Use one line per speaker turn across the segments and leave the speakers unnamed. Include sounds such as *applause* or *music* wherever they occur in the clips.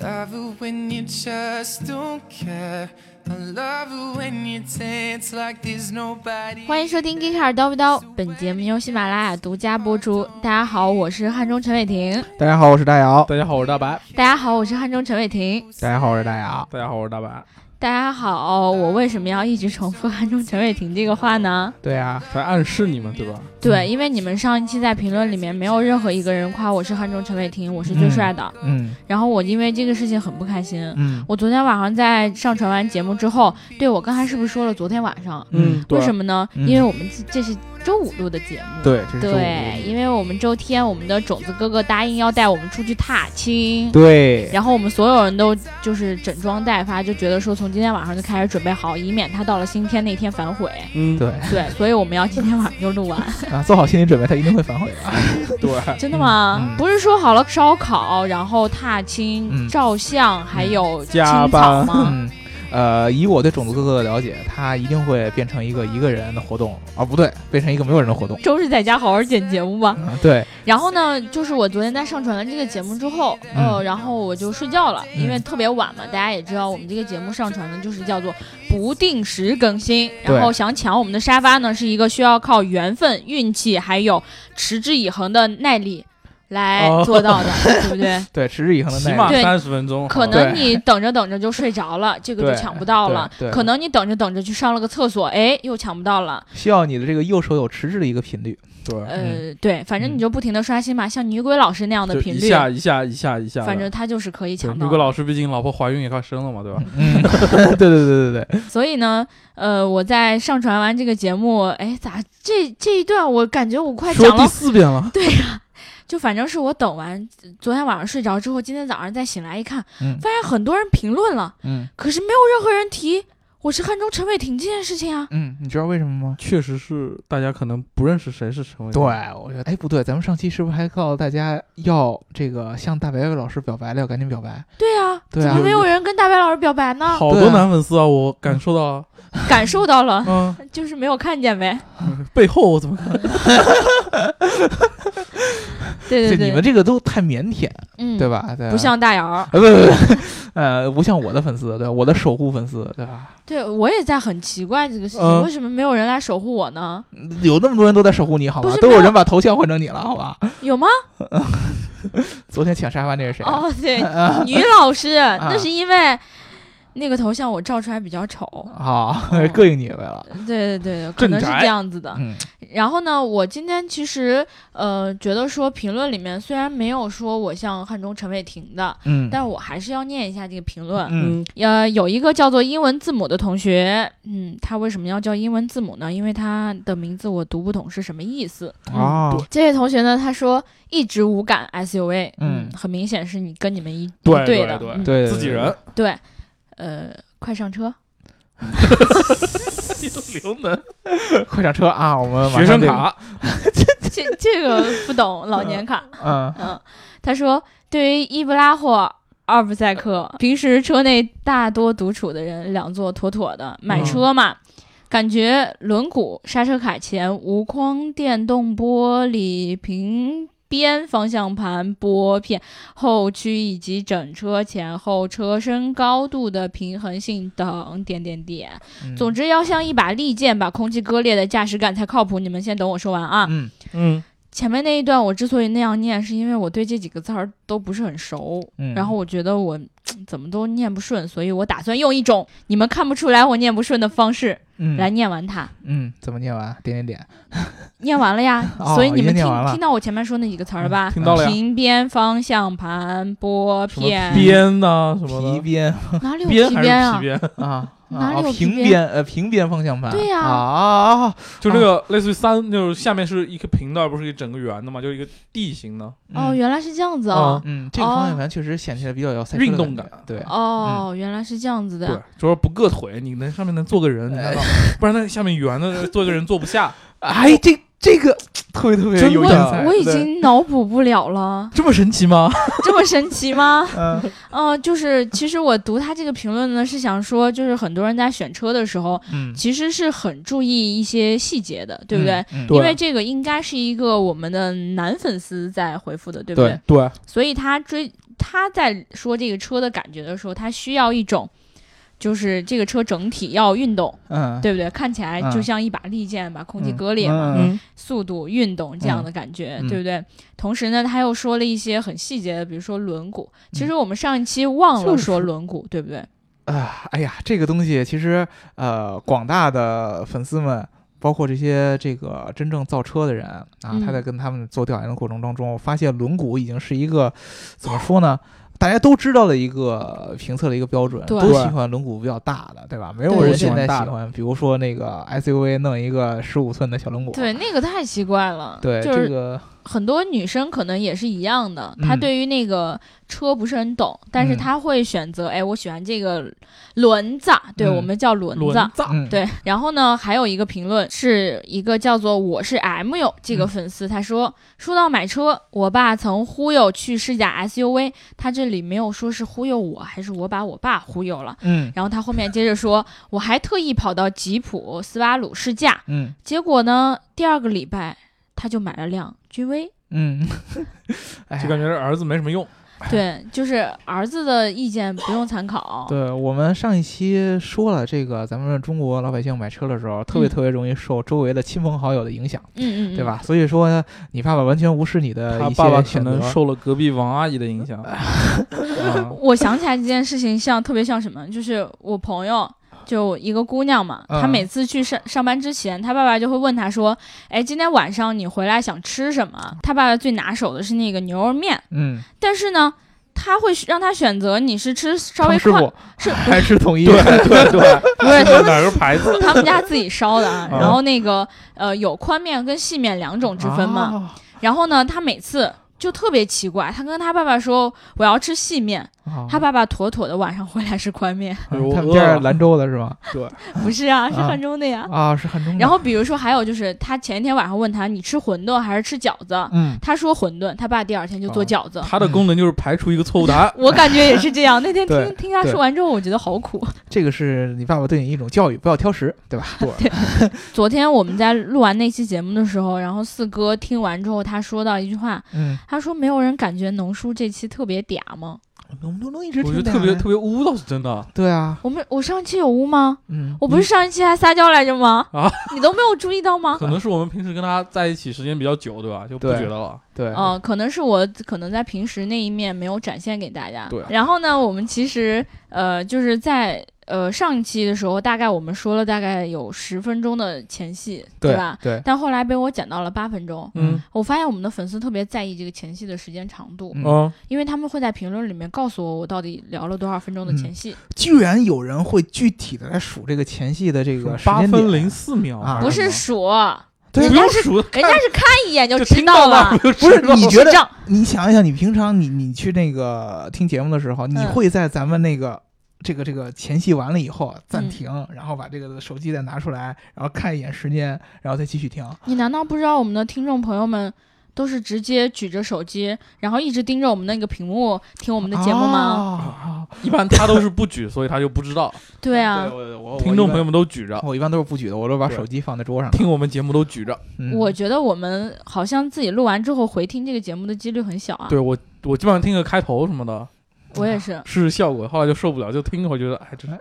Love it when you just don't care. I love it when you dance like there's nobody.
欢迎收听《g 卡尔叨不叨》，本节目由喜马拉雅独家播出。大家好，我是汉中陈伟霆。
大家好，我是大姚。
大家好，我是大白。
大家好，我是汉中陈伟霆。
大家好，我是大姚。
大家好，我是大白。
大家好，我为什么要一直重复汉中陈伟霆这个话呢？
对啊，
在暗示你们对吧？
对，因为你们上一期在评论里面没有任何一个人夸我是汉中陈伟霆，我是最帅的。
嗯
然后我因为这个事情很不开心。
嗯
我昨天晚上在上传完节目之后，对我刚才是不是说了昨天晚上？
嗯，
为
对
什么呢？
嗯
因为我们这这是周五录的节目。
对，这是中
对，
午
因为我们周天我们的种子哥哥答应要带我们出去踏青，
对，
然后我们所有人都就是整装待发，就觉得说从今天晚上就开始准备好，以免他到了星天那天反悔。
嗯
对
对，所以我们要今天晚上就录完。
啊，做好心理准备，他一定会反悔的。
对，
真的吗？
嗯嗯
不是说好了烧烤，然后踏青、
嗯
照相，还有青
加
草
班
吗？
嗯，呃，以我对种子哥哥的了解，他一定会变成一个一个人的活动，啊，不对，变成一个没有人的活
*laughs*
动。
周日在家好好剪节目吧。
嗯，对，
然后呢，就是我昨天在上传了这个节目之后，呃，
嗯
然后我就睡觉了，因为
嗯
特别晚嘛，大家也知道我们这个节目上传的就是叫做不定时更新。
对
然后想抢我们的沙发呢，是一个需要靠缘分、运气还有持之以恒的耐力来
哦
做到的，对不
*laughs*
对？
对，持之以恒的
起
耐
码
力。
对
三十分钟，
可
好吧
能你等着等着就睡着了，这个就
对
抢不到了
对；对
可能你等着等着去上了个厕所，哎，又抢不到了。
需要你的这个右手有迟滞的一个频率。 *laughs*
对，
呃，对，反正你
嗯
就不停的刷新嘛，像女鬼老师那样的
就
频
一
率，
下一下一下一下的。
反正他就是可以
对
抢
如
到
果
的。
老师毕竟老婆怀孕也快生了嘛，对吧？
嗯，对对对对对，
所以呢，呃，我在上传完这个节目，哎，咋这这一段我感觉我快
说
讲
第
了，
四遍了。
对呀、就反正是我等完昨天晚上睡着之后，今天早上再醒来一看，
嗯
发现很多人评论了，
嗯
可是没有任何人提我是汉中陈伟霆这件事情啊。
嗯，你知道为什么吗？
*laughs* 确实是，大家可能不认识谁是陈伟。
对，，我觉得，哎，不对，咱们上期是不是还告诉大家要这个向大白老师表白了，要赶紧表白？
对啊，
对
怎
啊
么没有人跟大白老师表白呢？
好
对
多
啊
男粉丝啊，我感受到啊，
感受到了，
嗯，
就是没有看见
*laughs*
呗。
背后我怎么看？
对对
这
对，
你们这个都太腼腆，
嗯，
对？吧？对吧啊
不像大姚，
呃，不不不，呃，不像我的粉丝，对吧？我的守护粉丝，对吧？
对我也在很奇怪这个事情，
嗯
呃
为什么没有人来守护我呢？
有那么多人都在守护你，好
不
吧
是？
都
没
有
有
人把头像换成你了，好吧？
有吗？
昨天抢沙发那是谁啊？
哦，
*laughs*
对，女老师，那是因为那个头像我照出来比较丑。
啊，
哦
膈应你为了，
对对对，可能是
宅
这样子的。
嗯
然后呢，我今天其实呃觉得说评论里面虽然没有说我像汉中陈伟霆的，
嗯
但我还是要念一下这个评论。
嗯，
呃，有一个叫做英文字母的同学，嗯，他为什么要叫英文字母呢？因为他的名字我读不懂是什么意思。
啊，
这位同学呢，他说一直无感 SUV，
嗯
很明显是你跟你们一
对
一队的，
对
嗯
对，
自己人，
对，呃，快上车， *laughs*
*laughs* 刘能
嗯
对，快上车啊！我们马上
学生
这个，
卡，
这这个不懂老年卡，
嗯，
嗯，他说对于伊布拉或奥布赛克，平时车内大多独处的人，两座妥妥的，
嗯
买车嘛。感觉轮毂、刹车卡钳、无框电动玻璃屏边、方向盘拨片、后驱以及整车前后车身高度的平衡性等点点点。
嗯
总之，要像一把利剑把空气割裂的驾驶感才靠谱。你们先等我说完啊。
嗯
*laughs* 嗯，
前面那一段我之所以那样念，是因为我对这几个字儿都不是很熟，
嗯
然后我觉得我嘖怎么都念不顺，所以我打算用一种你们看不出来我念不顺的方式
嗯
来念完它。
嗯，怎么念完？点点点，
念完了
*laughs*
呀，
哦
所以你
已
们听
经念完了
听到我前面说那几个词儿了
嗯
吧？
嗯听到了呀，
屏边、方向盘、拨
什么
片，
边呐，什么
皮
的，
鞭
哪里有
边
皮
还是
鞭啊
皮？鞭？
啊，
哪
啊
里有皮
平
鞭
边呃平边方向盘，
对呀哦
啊，
就那个类似于三，就是下面是一个平的，而不是一整个圆的嘛，就是一个地形的。
哦，
嗯
原来是这样子哦。
嗯，这个方向盘确实显起来比较有赛车的
运动
感
感
觉，对，
哦，原来是这样子
嗯对
的。，
主要不硌腿，你能上面能坐个
嗯
人，你
哎
看到吗，不然那下面圆的坐个人坐不下。
*laughs* 哎，这这个特别特
*laughs*
别
真
有
的
意思，
对
我已经脑补不了了，
这么神奇吗？
这么神奇吗？
*laughs* 嗯
嗯、就是其实我读他这个评论呢，是想说，就是很多人在选车的时候，
嗯，
其实是很注意一些细节的，对不对？
嗯？
对
因为这个应该是一个我们的男粉丝在回复的，对不
对
对，
所以他追他在说这个车的感觉的时候，他需要一种，就是这个车整体要运动，
嗯，
对不对？看起来就
嗯
像一把利剑，把空气
嗯
割裂嘛，
嗯，
速度、运动这样的感觉，
嗯嗯
对不对？同时呢，他又说了一些很细节的，比如说轮毂。其实我们上一期忘了
嗯就是
说轮毂，对不对？
啊，哎呀，这个东西其实呃，广大的粉丝们，包括这些这个真正造车的人啊，他在
嗯
跟他们做调研的过程当中，发现轮毂已经是一个怎么说呢？大家都知道的一个评测的一个标准，
对
都喜欢轮毂比较大的，对吧？没有
对
人
我喜
现
欢
在
大
喜
的
欢，比如说那个 SUV 弄一个十五寸的小轮毂，
对，那个太奇怪了。
对，
就
这
是
个
很多女生可能也是一样的，她
嗯
对于那个车不是很懂，但是
嗯
她会选择，哎，我喜欢这个轮子，啊对、
嗯
我们叫轮子。啊
子
嗯，
对，然后呢，还有一个评论是一个叫做“我是 M 友”这个
嗯
粉丝，他说：“说到买车，我爸曾忽悠去试驾 SUV，他这里没有说是忽悠我，还是我把我爸忽悠了。”
嗯
然后他后面接着说：“我还特意跑到吉普斯巴鲁试驾，
嗯
结果呢，第二个礼拜他就买了辆君威。
嗯， *laughs* 哎呀
就感觉这儿子没什么用，
对，就是儿子的意见不用参考。
对我们上一期说了，这个咱们中国老百姓买车的时候，特别
嗯
特别容易受周围的亲朋好友的影响，
嗯嗯，嗯
对吧？？所以说呢，你爸爸完全无视你的
他
一
爸爸
些
可
选择
能。受了隔壁王阿姨的影 *laughs* 响。啊
我想起来这件事情像特别像什么，就是我朋友。就一个姑娘嘛，
嗯
她每次去上上班之前，她爸爸就会问她说：“哎，今天晚上你回来想吃什么？”她爸爸最拿手的是那个牛肉面，
嗯，
但是呢，他会让她选择你是吃稍微
康师
快，
傅
是
还是统一？
对对 *laughs* 对，
不是他们
哪个牌 *laughs* 子？
他们家自己烧的啊，
啊
然后那个呃有宽面跟细面两种之分嘛，
啊
然后呢，他每次就特别奇怪，他跟他爸爸说我要吃细面，
啊？
他爸爸妥妥的晚上回来是宽面，
他
我
们
饿
家是
了
兰州的是吗？
不是啊，是
啊
汉中的呀。
啊，是汉中的。
然后比如说还有就是，他前一天晚上问他你吃馄饨还是吃饺子，
嗯，
他说馄饨，他爸第二天就做
哦
饺子。
它的功能就是排除一个错误答案。
我感觉也是这样。
*laughs*
那天
对
听听他
对
说完之后，我觉得好苦。
这个是你爸爸对你一种教育，不要挑食，对吧？对，
昨天我们在录完那期节目的时候，然后四哥听完之后，他说到一句话，
嗯，
他说没有人感觉农叔这期特别嗲吗？
我们能一直
*laughs* 我觉
听
得
的
特别
呀
特别污，倒是真的。
对啊，
我们我上期有污吗？
嗯，
我不是上一期还撒娇来着吗？
啊，
你都没有注意到
*laughs*
吗？
可能是我们平时跟他在一起时间比较久，啊对吧？就不
对
觉得了。
对，
嗯、可能是我可能在平时那一面没有展现给大家。
对啊
然后呢，我们其实呃就是在呃上一期的时候，大概我们说了大概有十分钟的前戏，
对
吧？？
对，
但后来被我剪到了八分钟。
嗯
我发现我们的粉丝特别在意这个前戏的时间长度，
嗯
嗯，
因为他们会在评论里面告诉我我到底聊了多少分钟
嗯
的前戏，
居然有人会具体的来数这个前戏的这个时
八
间
分
点
零四秒
啊
不是
数，
数，
对
人
不
家
用
是
数，
人
*laughs*
家是看一眼就
就
知
听
道
了
了，，
不
不是 *laughs* 你觉
智
得
障。
你想一想，你平常你你去那个听节目的时候，你
嗯
会在咱们那个。这个这个前戏完了以后暂停，
嗯
然后把这个手机再拿出来，然后看一眼时间，然后再继续听。
你难道不知道我们的听众朋友们都是直接举着手机，然后一直盯着我们那个屏幕听我们的节目吗？
啊，
一般他都是不举，所以他就不知 *laughs* 道。
对啊，
我我
听众朋友，们都举着，
我一般都是不举的，我都把
对
手机放在桌上。
听我们节目都举着。
嗯
我觉得我们好像自己录完之后回听这个节目的几率很小啊。
对我，我基本上听个开头什么的，，
我也是
试试效果，后来就受不了，就听一会儿觉得，哎，
*laughs*
真的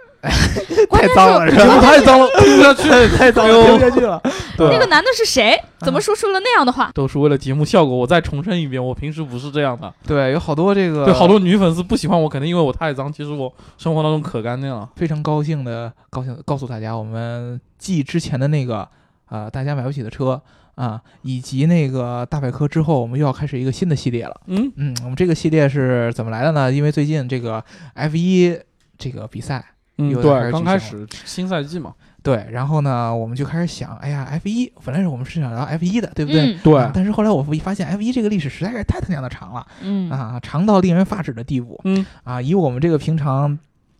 关键
*laughs* 太脏了，
是
是吧？
太脏了，听不下
*laughs*
去。哎
太脏了，听不下去 *laughs* 了。
那个
对，
男的是谁？
嗯
*laughs* 怎么说出了那样的话？
都是为了节目效果。我再重申一遍，我平时不是这样的。
对，有好多这个，*laughs*
对，好多女粉丝不喜欢我，可能因为我太脏。其实我生活当中可干净了。
非常高兴的高兴告诉大家，我们继之前的那个呃大家买不起的车啊，以及那个大百科之后，我们又要开始一个新的系列了。
嗯，
嗯，我们这个系列是怎么来的呢？因为最近这个 F 一这个比赛，
嗯，
有点开始
对，刚开
举行
始新赛季嘛，
对，然后呢，我们就开始想，哎呀，F 一本来是我们是想聊 F 一的，对不对？
嗯
对
啊但是后来我一发现，F 一这个历史实在是太他娘的长了
嗯，
啊，长到令人发指的地步。
嗯
啊，以我们这个平常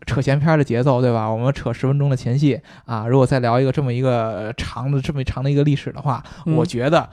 扯闲篇儿的节奏，对吧？我们扯十分钟的前戏啊，如果再聊一个这么一个长的、这么长的一个历史的话，
嗯
我觉得，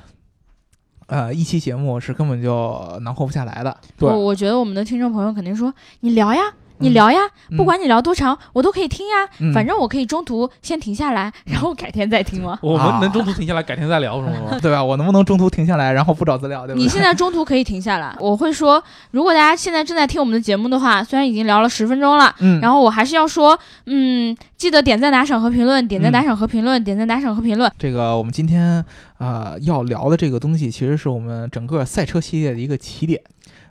呃，一期节目是根本就囊括不下来的。
对
我我觉得我们的听众朋友肯定说你聊呀，你聊呀，
嗯
不管你聊多长，我都可以听呀。
嗯
反正我可以中途先停下来，然后改天再听嘛。
我
啊
们能中途停下来，改天再聊什么吗？
对吧？我能不能中途停下来，然后不找资料，对不对？
你现在中途可以停下来， *laughs* 我会说，如果大家现在正在听我们的节目的话，虽然已经聊了十分钟了，
嗯，
然后我还是要说，嗯，记得点赞、打赏和评论，点赞、打赏和评论，点赞、打赏和评论。
这个我们今天呃要聊的这个东西，其实是我们整个赛车系列的一个起点，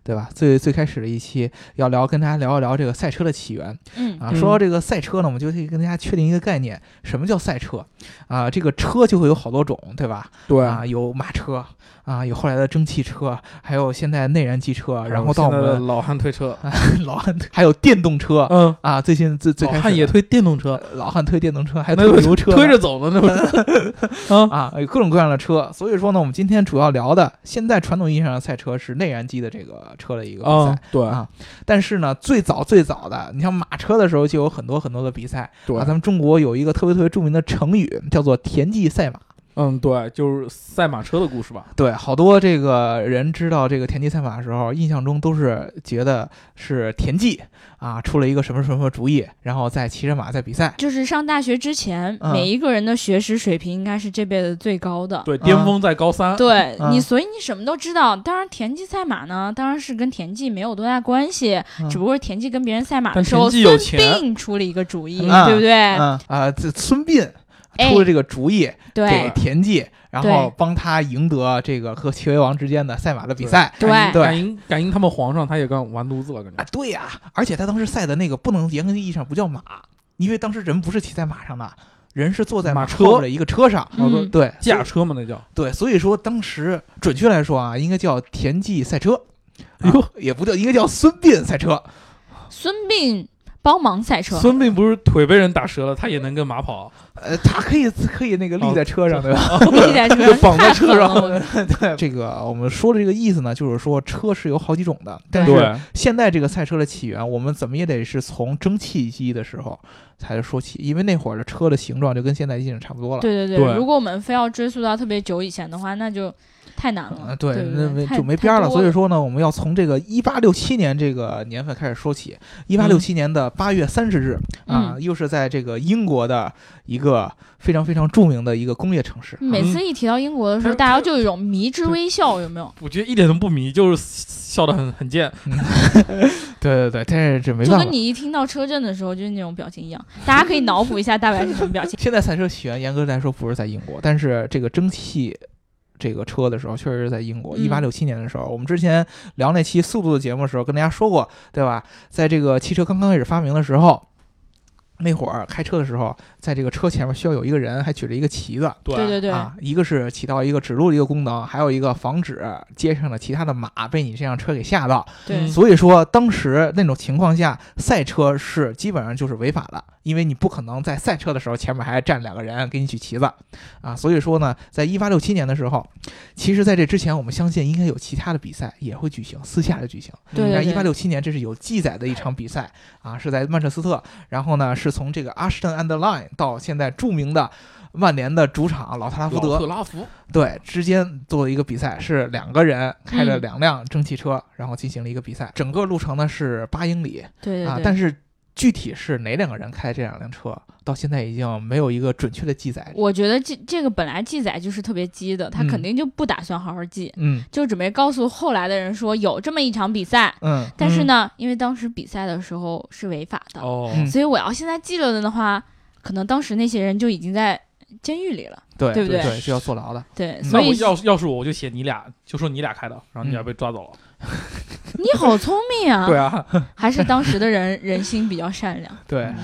对吧？最最开始的一期要聊，跟大家聊一聊这个赛车的起源
嗯
啊。
嗯
说到这个赛车呢，我们就可以跟大家确定一个概念，什么叫赛车啊？这个车就会有好多种， *laughs* 对吧？
对
啊，有马车啊，有后来的蒸汽车，还有现在内燃机车，然后到
到
我们
老汉推车，
*laughs* 老汉推还有电动车
嗯，
啊，最近最最
老
开
汉
始
也推电动车，
呃老汉推电动车，还
那
推
不
油车呢，
推着走的那不
*laughs*
是？啊，
啊，有各种各样的车。所以说呢，我们今天主要聊的，现在传统意义上的赛车是内燃机的这个车的一个比赛。
啊，对
啊但是呢，最早最早的，你像马车的时候就有很多很多的比赛
对
啊。咱们中国有一个特别特别著名的成语，叫做田忌赛马。
嗯，对，就是赛马车的故事吧。
对，好多这个人知道这个田忌赛马的时候，印象中都是觉得是田忌啊出了一个什么什么主意，然后再骑着马在比赛。
就是上大学之前，
嗯
每一个人的学识水平应该是这辈子最高的。
啊
对，巅峰在高三。
对
嗯
你，所以你什么都知道。当然，田忌赛马呢，当然是跟田忌没有多大关系，
嗯
只不过是田忌跟别人赛马的
但
时候，
田忌有
孙
钱
膑出了一个主意，
嗯
对不对？
嗯啊，这孙膑
哎
出了这个主意，给
对，
田忌，然
对
后帮他赢得这个和齐威王之间的赛马的比赛。
对
感应
对
感应感应他们皇上，他也干完犊子了，感
啊
觉。，
对呀、而且他当时赛的那个不能严格意义上不叫马，因为当时人不是骑在马上的，人是坐在
马
后
车
的一个车上。
好多
嗯，
对，
驾车嘛，那叫。
对，所以说当时准确来说啊，应该叫田忌赛车，啊
哟
也不叫，应该叫孙膑赛车。
孙膑帮忙赛车，
孙膑不是腿被人打折了，他也能跟马跑。
呃，他可以可以那个立
哦
在车上，对吧？
立在车
就
上，
绑在
太
车
狠
上
了我
对， *laughs* 这个我们说的这个意思呢，就是说车是有好几种的，但是
对，
现在这个赛车的起源，我们怎么也得是从蒸汽机的时候才说起，因为那会儿的车的形状就跟现在已经差不多了。
对对
对
如果我们非要追溯到特别久以前的话，那就太难了。
嗯，
对
对，
不
那
对
没
太
就没边儿
太
了。
多
所以说呢，我们要从这个一八六七年这个年份开始说起。一八六七年的八月三十日、啊，
嗯
又是在这个英国的一个非常非常著名的一个工业城市。啊
每次一提到英国的时候，
嗯
大家就有一种迷之微笑，有没有？
我觉得一点都不迷，就是笑得很很贱。
对对对，但是这没
就
办
跟
法。
你一听到车震的时候就是那种表情一样。大家可以脑补一下大白是什么表情。
现在赛车起源严格来说不是在英国，但是这个蒸汽这个车的时候确实是在英国。
嗯
一八六七年的时候，我们之前聊那期速度的节目的时候跟大家说过，对吧？在这个汽车刚刚开始发明的时候。那会儿开车的时候，在这个车前面需要有一个人还举着一个旗子，
对
对对对，
啊，一个是起到一个指路的一个功能，还有一个防止街上的其他的马被你这辆车给吓到。
对
嗯
所以说，当时那种情况下，赛车是基本上就是违法的，因为你不可能在赛车的时候前面还站两个人给你举旗子，啊，所以说呢，在一八六七年的时候，其实在这之前，我们相信应该有其他的比赛也会举行，私下的举行。
对
但
对
一八六七年这是有记载的一场比赛啊，是在曼彻斯特，然后呢是从这个 Ashton and Line 到现在著名的曼联的主场老特拉福德，
老特拉福，
对之间做了一个比赛，是两个人开着
嗯
两辆蒸汽车，然后进行了一个比赛。整个路程呢是八英里
对
啊
对，
但
对。
是具体是哪两个人开这两辆车，到现在已经没有一个准确的记载。
我觉得这这个本来记载就是特别鸡的，他
嗯
肯定就不打算好好记，
嗯
就准备告诉后来的人说有这么一场比赛。
嗯，
但是呢，因为当时比赛的时候是违法的，
哦，
嗯
所以我要现在记了的话，可能当时那些人就已经在监狱里了。
对
对不
对
对
是要坐牢的。
对，
嗯
所
那
以
我要是要是我，我就写你俩，就说你俩开的，然后你俩
嗯
被抓走了。
你好聪明
*laughs*
啊！
对啊，
还是当时的人人心比较善良。
对，
嗯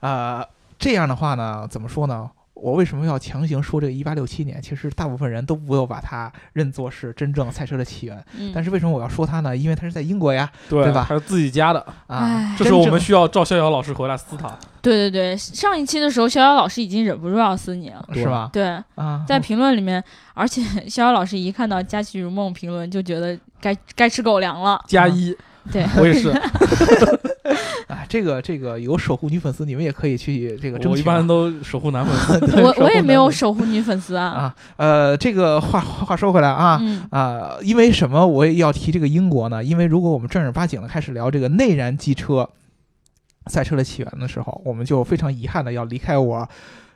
*laughs* 呃，这样的话呢，怎么说呢？我为什么要强行说这个一八六七年？其实大部分人都不要把它认作是真正赛车的起源。
嗯，
但是为什么我要说它呢？因为它是在英国呀，对
对啊
吧
还有自己家的，
啊
唉，
这时候我们需要赵逍遥老师回来撕他。
对对对，上一期的时候，逍遥老师已经忍不住要撕你了。
真正是吧？
对，
啊，
在评论里面，而且 *laughs* 逍遥老师一看到“佳期如梦”评论，就觉得该该吃狗粮了。
加一，
对，
我也是，
啊，这个这个有守护女粉丝，你们也可以去这个争
我
取
一
啊。
般都守护男粉丝。
我我也没有
守
守护女粉丝
护
啊。
啊。呃，这个话话话说回来啊。
嗯，
啊，因为什么我也要提这个英国呢？因为如果我们正儿八经的开始聊这个内燃机车赛车的起源的时候，我们就非常遗憾的要离开我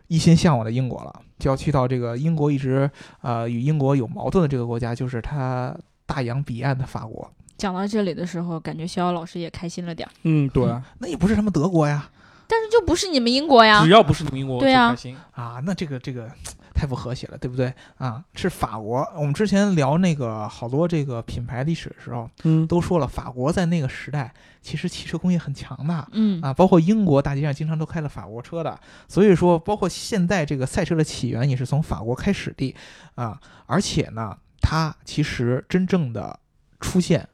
一心向往的英国了，就要去到这个英国一直呃与英国有矛盾的这个国家，就是它大洋彼岸的法国。
讲到这里的时候，感觉逍遥老师也开心了点儿，
嗯，对，
那也不是什么德国呀，
但是就不是你们英国呀
只，要不是你们英国，
啊对啊
就开心。
啊，那这个这个太不和谐了，对不对啊？是法国。我们之前聊那个好多这个品牌历史的时候，
嗯，
都说了，法国在那个时代其实汽车工业很强大。
嗯
啊，包括英国大街上经常都开了法国车的，所以说包括现在这个赛车的起源也是从法国开始的啊，而且呢，它其实真正的出现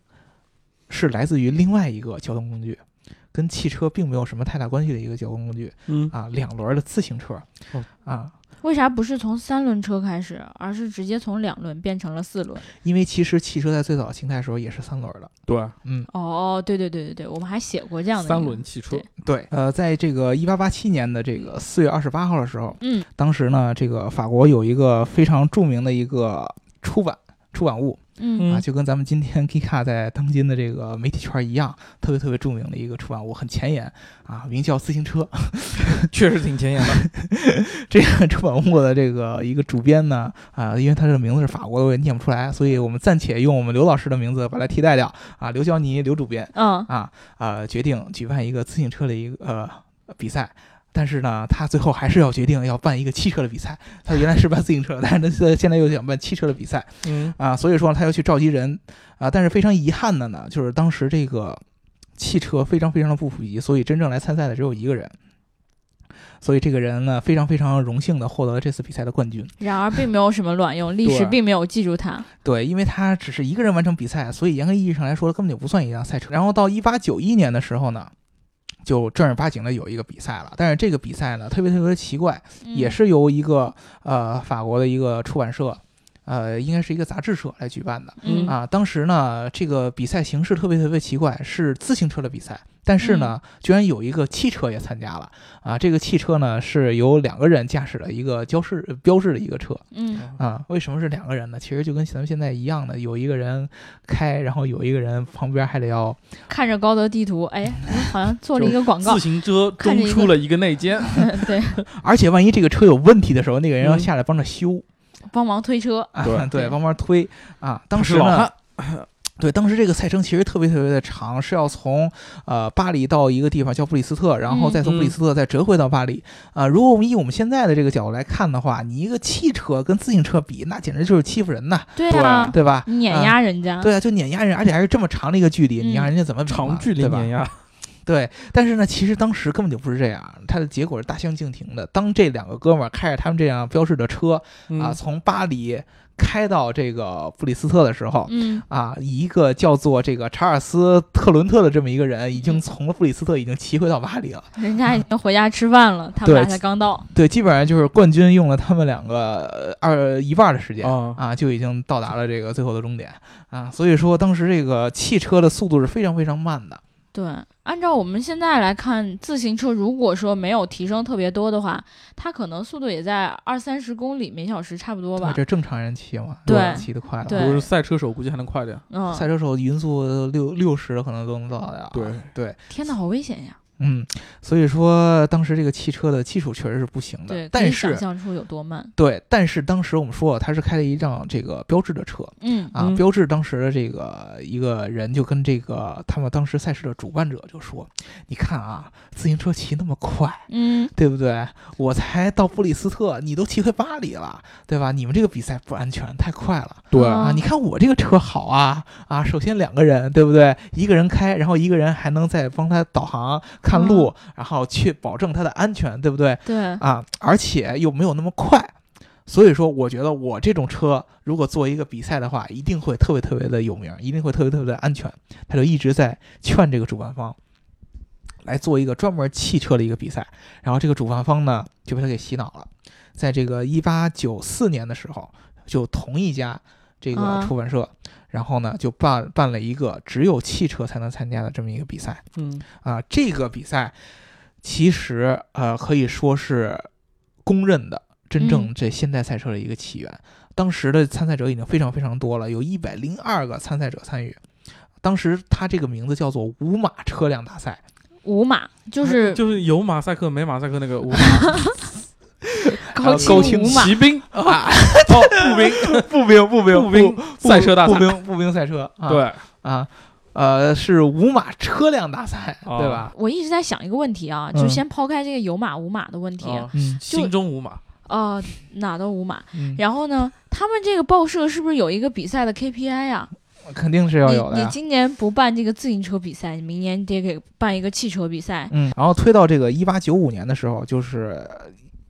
是来自于另外一个交通工具，跟汽车并没有什么太大关系的一个交通工具
嗯，
啊，两轮儿的自行车
哦
啊，
为啥不是从三轮车开始，而是直接从两轮变成了四轮？
因为其实汽车在最早形态的时候也是三轮儿的，
对，啊
嗯，
哦，对对对对对，我们还写过这样的
三
一个
轮，汽车
对，
对，呃，在这个一八八七年的这个四月二十八号的时候，
嗯，
当时呢，这个法国有一个非常著名的一个出版出版物
嗯
啊，就跟咱们今天 Kika 在当今的这个媒体圈一样，特别特别著名的一个出版物，很前沿啊，名叫《自行车》。 *laughs*
确实挺前沿的。
这个出版物的这个一个主编呢， *laughs* 啊、因为他这个名字是法国的，我也念不出来，所以我们暂且用我们刘老师的名字把它替代掉啊，刘娇妮，刘主编。
嗯
啊呃决定举办一个自行车的一个呃比赛。但是呢，他最后还是要决定要办一个汽车的比赛。他原来是办自行车的，但是他现现在又想办汽车的比赛
嗯
啊，所以说他要去召集人啊。但是非常遗憾的呢，就是当时这个汽车非常非常的不普及，所以真正来参赛的只有一个人。所以这个人呢，非常非常荣幸的获得了这次比赛的冠军。
然而并没有什么卵用，历史
对
并没有记住它。
对，因为他只是一个人完成比赛，所以严格意义上来说，根本就不算一辆赛车。然后到一八九一年的时候呢，就正儿八经的有一个比赛了。但是这个比赛呢，特别特别奇怪，
嗯
也是由一个呃法国的一个出版社，呃，应该是一个杂志社来举办的。
嗯
啊，当时呢，这个比赛形式特别特别奇怪，是自行车的比赛，但是呢，
嗯
居然有一个汽车也参加了啊。这个汽车呢，是由两个人驾驶的一个标示标志的一个车，
嗯
啊，为什么是两个人呢？其实就跟咱们现在一样的，有一个人开， *laughs* 然后有一个人旁边还得要
看着高德地图，哎，好像做了一个广告
*laughs* 自，行车
看着
中
一个
出了一个内奸，
*laughs* 对，
而且万一这个车有问题的时候，那个人要
嗯
下来帮着修，
帮忙推车。
啊、
对
对，帮忙推啊。当
他
时
是老
呢
汉，。
对，当时这个赛程其实特别特别的长，是要从呃巴黎到一个地方叫布里斯特，然
嗯
后再从布里斯特再折回到巴黎啊、如果我们以我们现在的这个角度来看的话，你一个汽车跟自行车比，那简直就是欺负人呐，
对
对
啊
啊，
对吧？
你碾压人家。
对啊，就碾压人，而且还是这么长的一个距离，你
嗯
让人家怎么比嘛
长距离
对吧
碾压，
对，但是呢，其实当时根本就不是这样，它的结果是大相径庭的。当这两个哥们儿开着他们这辆标志的车啊，
嗯，
从巴黎开到这个布里斯特的时候。
嗯，
啊，以一个叫做这个查尔斯·特伦特的这么一个人，已
嗯
经从布里斯特已经骑回到巴黎了。
人家已经回家吃饭了，他们
对
俩才刚到。
对，基本上就是冠军用了他们两个呃二一半儿的时间
哦
啊，
啊，就已经到达了这个最后的终点啊。所以说，当时这个汽车的速度是非常非常慢的。
对，按照我们现在来看，自行车如果说没有提升特别多的话，它可能速度也在二三十公里每小时差不多吧。
这正常人骑嘛，
对
骑得快了。
对
如果是赛车手，估计还能快点。
嗯，
赛车手匀速六六十可能都能到达。
对
对，
天哪，好危险呀！
嗯，所以说当时这个汽车的技术确实是不行的
对，，可以
嗯但
想
是
象出有多慢。
对，但是当时我们说了，他是开了一辆这个标志的车
嗯
啊，
嗯
标志当时的这个一个人就跟这个他们当时赛事的主办者就说，你看啊，自行车骑那么快，
嗯，
对不对？我才到布里斯特，你都骑回巴黎了，对吧？你们这个比赛不安全，太快了。
啊
啊，你看我这个车好啊啊！首先两个人，对不对？一个人开，然后一个人还能再帮他导航、看路，然后去保证他的安全，对不对？
对，
啊，而且又没有那么快，所以说我觉得我这种车如果做一个比赛的话，一定会特别特别的有名，一定会特别特别的安全。他就一直在劝这个主办方来做一个专门汽车的一个比赛，然后这个主办方呢就被他给洗脑了，在这个一八九四年的时候，就同一家这个
啊
出版社，然后呢就办办了一个只有汽车才能参加的这么一个比赛。
嗯，
啊，这个比赛其实呃可以说是公认的真
嗯
正这现代赛车的一个起源。当时的参赛者已经非常非常多了，有一百零二个参赛者参与。当时它这个名字叫做“五马车辆大赛
无码，
啊
就是
就是有马赛克没马赛克那个无马
还有啊高
清 *laughs*
清
无码，
骑兵
啊，
*laughs* 哦步兵
步兵步兵
步兵赛车大
步
赛，
兵步兵赛车，啊
对，
啊，呃，是五马车辆大赛，
哦
对吧？
我一直在想一个问题啊，
嗯
就先抛开这个有码无码的问题，
哦
嗯
就
心中无马，
呃，哪都无码。
嗯，
然后呢，他们这个报社是不是有一个比赛的 KPI 啊？
肯定是要有的
你你
呀。
今年不办这个自行车比赛，你明年得给办一个汽车比赛。
嗯，然后推到这个一八九五年的时候，就是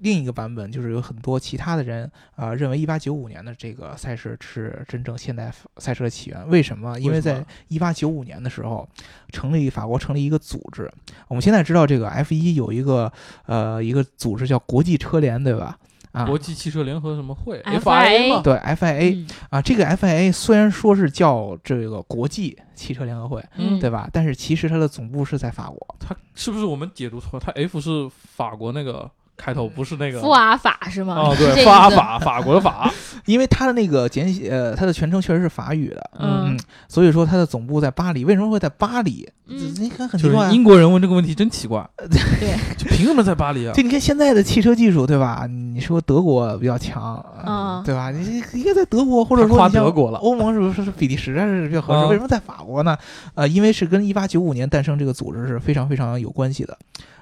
另一个版本，就是有很多其他的人啊、呃认为一八九五年的这个赛事是真正现代赛车的起源。为什么？因为
为什
在
么
一八九五年的时候，成立法国成立一个组织。我们现在知道这个 F 一有一个呃一个组织叫国际车联，对吧？啊，
国际汽车联合什么会
FIA
FIA 嘛，
对 FIA，、
嗯
啊，这个 FIA 虽然说是叫这个国际汽车联合会，
嗯
对吧？但是其实它的总部是在法国。
它是不是我们解读错？它 F 是法国那个开头，不是那个
富阿法是吗？
哦，
啊是这
对，
意
法
思。
法法国的法，
因为它的那个简写，呃，它的全称确实是法语的，
嗯
嗯，所以说它的总部在巴黎。为什么会在巴黎？
嗯
这很很
就
奇怪、啊
是。英国人问这个问题真奇怪，
对，
*laughs* 就凭什么在巴黎啊？
*laughs* 就你看现在的汽车技术，对吧？你说德国比较强，
嗯
对吧？你应该在德国，或者
他
说
夸
你像
德国了
欧盟是不是是比利时啊是比较合适？
嗯
为什么在法国呢？呃，因为是跟一八九五年诞生这个组织是非常非常有关系的。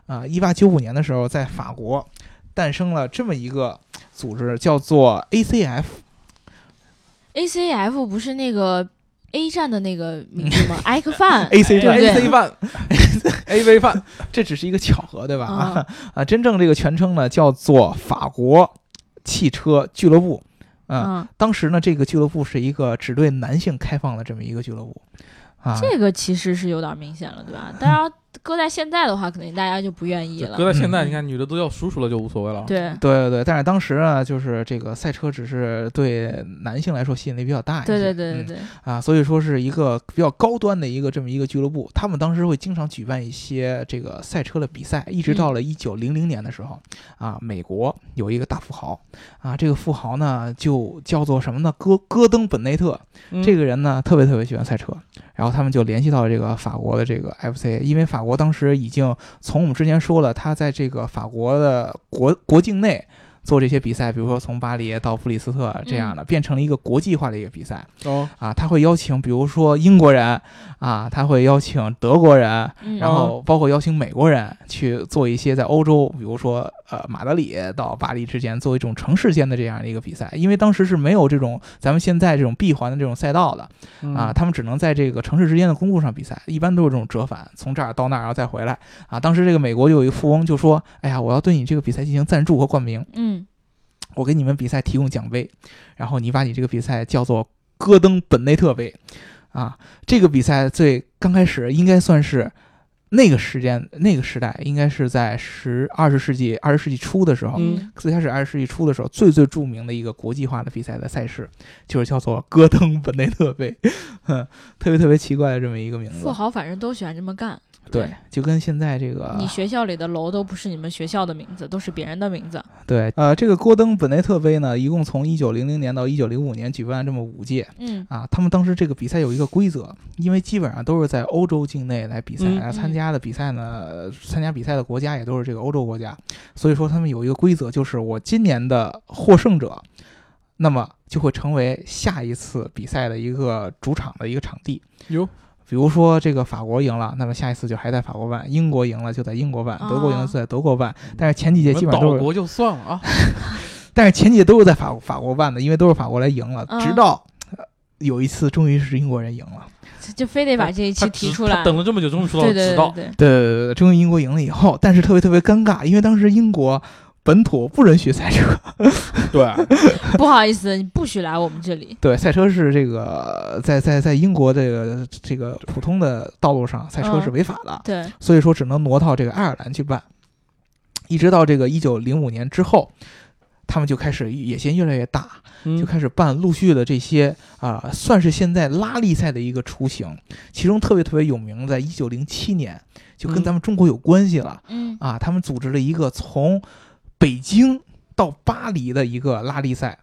啊、1一八九五年的时候，在法国诞生了这么一个组织，叫做 ACF。
ACF 不是那个 A 站的那个名字吗？Ike Fan
A C
对不
A C
对？
范
A V 范，
这只是一个巧合，对吧？啊、
嗯
啊，真正这个全称呢叫做法国汽车俱乐部。啊，
嗯，
当时呢，这个俱乐部是一个只对男性开放的这么一个俱乐部。啊，
这个其实是有点明显了，对吧？但要搁在现在的话，肯定大家就不愿意了。
搁在现在，
嗯
你看女的都叫叔叔了，就无所谓了。，
对
对对对，但是当时呢，就是这个赛车只是对男性来说吸引力比较大一些，
对对对对
嗯
对，
啊，所以说是一个比较高端的一个这么一个俱乐部。他们当时会经常举办一些这个赛车的比赛，一直到了一九零零年的时候，啊，美国有一个大富豪，啊，这个富豪呢就叫做什么呢？戈戈登本内特，嗯这
个
个人呢特别特别喜欢赛车，然后他们就联系到这个法国的这个 FCA，因为法国当时已经从我们之前说了，他在这个法国的国国境内做这些比赛，比如说从巴黎到布里斯特这样的，变成了一个国际化的一个比赛
哦，
啊。他会邀请，比如说英国人啊，他会邀请德国人，
嗯
然后包括邀请美国人去做一些在欧洲，比如说呃马德里到巴黎之间做一种城市间的这样的一个比赛，因为当时是没有这种咱们现在这种闭环的这种赛道的
嗯
啊，他们只能在这个城市之间的公路上比赛，一般都是这种折返，从这儿到那儿然后再回来啊。当时这个美国就有一个富翁就说：“哎呀，我要对你这个比赛进行赞助和冠名，
嗯
我给你们比赛提供奖杯，然后你把你这个比赛叫做戈登本内特杯，啊，这个比赛最刚开始应该算是那个时间那个时代，应该是在十二十世纪二十世纪初的时候，
嗯
最开始二十世纪初的时候最最著名的一个国际化的比赛的赛事，就是叫做戈登本内特杯， *laughs* 嗯，特别特别奇怪的这么一个名
富
字，
豪反正都喜欢这么干。
对，就跟现在这个
你学校里的楼都不是你们学校的名字，都是别人的名字。
对呃这个戈登本内特杯呢，一共从一九零零年到一九零五年举办了这么五届。
嗯
啊，他们当时这个比赛有一个规则，因为基本上都是在欧洲境内来比赛，
嗯
来
嗯
参加的比赛呢，呃参加比赛的国家也都是这个欧洲国家，所以说他们有一个规则，就是我今年的获胜者，那么就会成为下一次比赛的一个主场的一个场地。
哟，
比如说这个法国赢了，那么下一次就还在法国办；英国赢了就在英国办；德国赢
哦
了就在德国办。但是前几届
你
基
嗯们
本上都
岛
是
国就算了啊，
但是前几届都是在法法国办的，因为都是法国来赢了，
嗯
直到、呃有一次终于是英国人赢了。
就就非得把这一期
他
提
只
出
他
来。
等了这么久，终于说到
对
了
对
直
对
到
对，
对对对对，呃终于英国赢了以后，但是特别特别尴尬，因为当时英国本土不允许赛车，
*laughs* 对，啊
对不好意思，你不许来我们这里。
*laughs* 对，赛车是这个在在在英国这个这个普通的道路上，赛车是违法的，
嗯
对，
所以说只能挪到这个爱尔兰去办。一直到这个一九零五年之后，他们就开始野心越来越大，就
就
开始办陆续的这些啊、算是现在拉力赛的一个雏形。其中特别特别有名，在一九零七年就跟
嗯
咱们中国有关系了、
嗯
啊，他们组织了一个从北京到巴黎的一个拉力赛。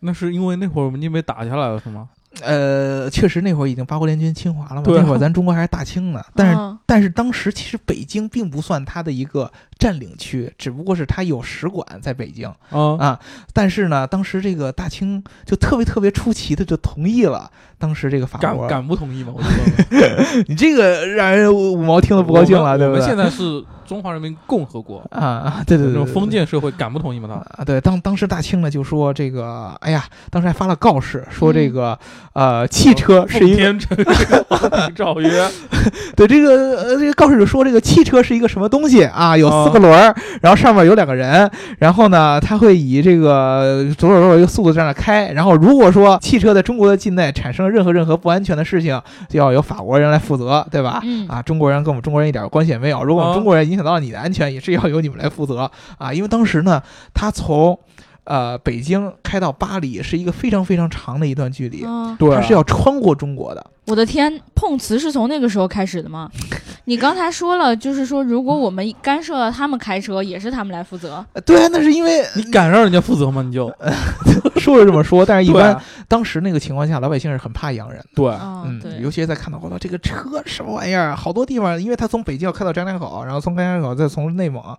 那是因为那会儿我们因为打下来了是吗？
呃，确实那会儿已经八国联军侵华了嘛，
对啊
那会儿咱中国还是大清呢。但是，啊
嗯
但是当时其实北京并不算它的一个占领区，只不过是它有使馆在北京。
啊
啊但是呢，当时这个大清就特别特别出奇的就同意了当时这个法
敢
国。
敢不同意吗？我就
*laughs*
问问，
你这个让人五毛听了不高兴
我
了，
们
对
我
不
们
对
现？在是中华人民共和国，
啊啊，对对
这
对，
种
对
封建社会，敢不同意吗？他
啊，对，当当时大清呢就说这个，哎呀，当时还发了告示，说这个、呃汽车是一个
天成 *laughs*
*laughs*
诏曰，
对这个呃这个告示就说这个汽车是一个什么东西啊，有
啊
四个轮儿，然后上面有两个人，然后呢它会以这个多少多少一个速度在那开，然后如果说汽车在中国的境内产生任何任何不安全的事情，就要由法国人来负责，对吧？
嗯
啊，中国人跟我们中国人一点关系也没有。如果我们
啊
中国人影响到你的安全，也是要由你们来负责啊。因为当时呢，他从呃北京开到巴黎是一个非常非常长的一段距离，
嗯，
对
他是要穿过中国的。
我的天，碰瓷是从那个时候开始的
*laughs*
吗？你刚才说了，就是说如果我们干涉了他们开车，也是他们来负责。
呃对啊，那是因
*laughs*
为
你敢让人家负责吗？你就
说是这么说，但啊是一
对
般
啊哦
当时那个情况下，老百姓是很怕洋人的。
对，啊
嗯，
嗯，
对
尤，其是在看到我操这个车什么玩意儿，好多地方，因为他从北京要开到张家口，然后从张家口再从内蒙，啊、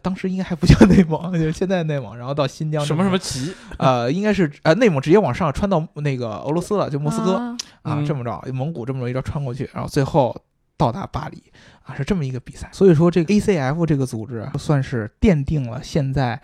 当时应该还不叫 *laughs* 内蒙，就是现在内蒙，然后到新疆
什么什么旗，
呃，应该是呃内蒙直接往上穿到那个俄罗斯了，就莫斯科啊
啊
嗯
这么着，蒙古这么着一直穿过去，然后最后到达巴黎啊，是这么一个比赛。所以说，这个 ACF 这个组织啊算是奠定了现在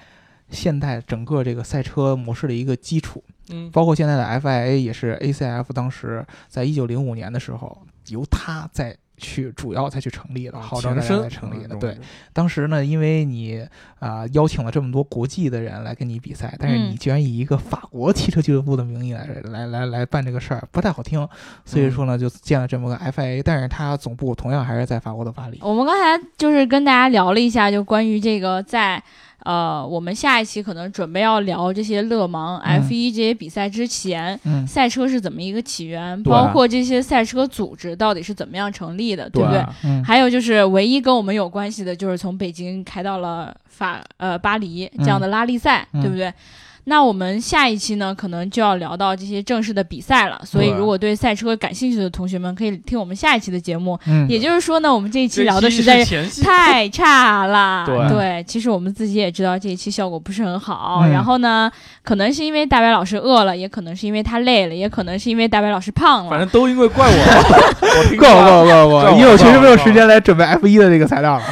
现代整个这个赛车模式的一个基础，
嗯，
包括现在的 FIA 也是 ACF 当时在一九零五年的时候由他在。去主要再去成立
哦
的，号召大
前
家
身
来成立的，
嗯
对，当时呢，因为你啊、呃邀请了这么多国际的人来跟你比赛，但是
嗯
你居然以一个法国汽车俱乐部的名义来来来来办这个事儿，不太好听。所以说
嗯
呢，就建了这么个 FIA，但是它总部同样还是在法国的巴黎。
我们刚才就是跟大家聊了一下，就关于这个在呃，我们下一期可能准备要聊这些勒芒、
嗯
F 一这些比赛之前。
嗯，啊
赛车是怎么一个起源，
对
包括这些赛车组织到底是怎么样成立的，对不对？
嗯
还有就是，唯一跟我们有关系的，就是从北京开到了法呃巴黎这样的拉力赛，
嗯
对不对？那我们下一期呢，可能就要聊到这些正式的比赛了。所以，
对啊
如果对赛车感兴趣的同学们，可以听我们下一期的节目。
嗯，
也就是说呢，我们这一期
这
聊的
期
实在
是
是
前戏，
太差了。
*laughs* 对
其实我们自己也知道这一期效果不是很好。
嗯
然后呢，可能是因为大白老师饿了，也可能是因为他累了，也可能是因为大白老师胖了。
反正都因为怪
*laughs*
我，我听
够
话
够够
够
够，
了
因为我确实没有
够了
时间来准备 F 一的这个材料了。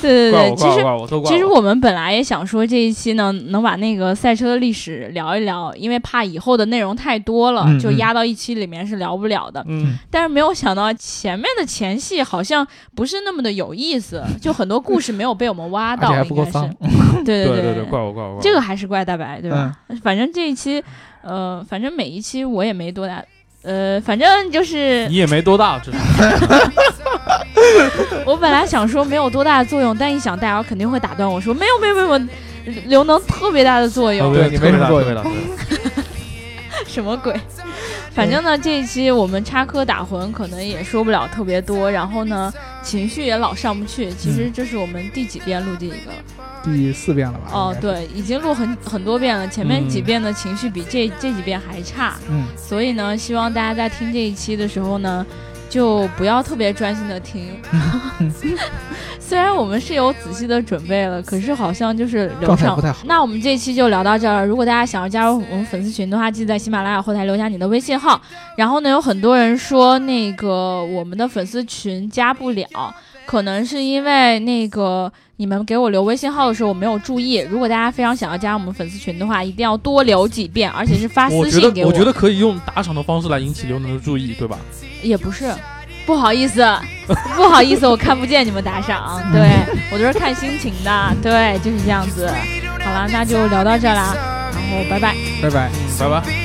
对对
怪
对，
我
其
怪我
实
怪我都怪
其实
我
我们本来也想说这一期呢，能把那个赛车的历史聊一聊，因为怕以后的内容太多了，
嗯
就
嗯
压到一期里面是聊不了的。
嗯，
但是没有想到前面的前戏好像不是那么的有意思，
*laughs*
就很多故事没有被我们挖
而
到，
且还不够
应该
脏 *laughs*
是。 *laughs* 对
对
对
对，怪我怪我怪我，
这个还是怪大白对吧？
嗯
反正这一期，呃，反正每一期我也没多大。呃，反正就是
你也没多大，这是
我本来想说没有多大的作用，但一想大姚肯定会打断我说没有没有没有，刘刘能特别大的作用，
对你没什么作用
用，特别大特别大
什么鬼？反正呢，这一期我们插科打诨可能也说不了特别多，然后呢，情绪也老上不去。其实这是我们第几遍录这个了？
嗯第四遍了吧？
哦
应，该是，
对，已经录很很多遍了，前面
嗯
几遍的情绪比这这几遍还差，
嗯，
所以呢，希望大家在听这一期的时候呢。就不要特别专心的听，虽然我们是有仔细的准备了，可是好像就是流
状态
畅
不太好。
那我们这一期就聊到这儿了。如果大家想要加入我们粉丝群的话，记得在喜马拉雅后台留下你的微信号。然后呢，有很多人说那个我们的粉丝群加不了，可能是因为那个你们给我留微信号的时候我没有注意。如果大家非常想要加我们粉丝群的话，一定要多留几遍，而且是发
我
私
觉
信给
得
我。
我觉得可以用打赏的方式来引起刘能的注意，对吧？
也不是。不好意思，不好意思，我看不见你们打赏，对我都是看心情的，对，就是这样子。好了，那就聊到这儿啦，然后拜拜。
拜拜。
拜拜。
Be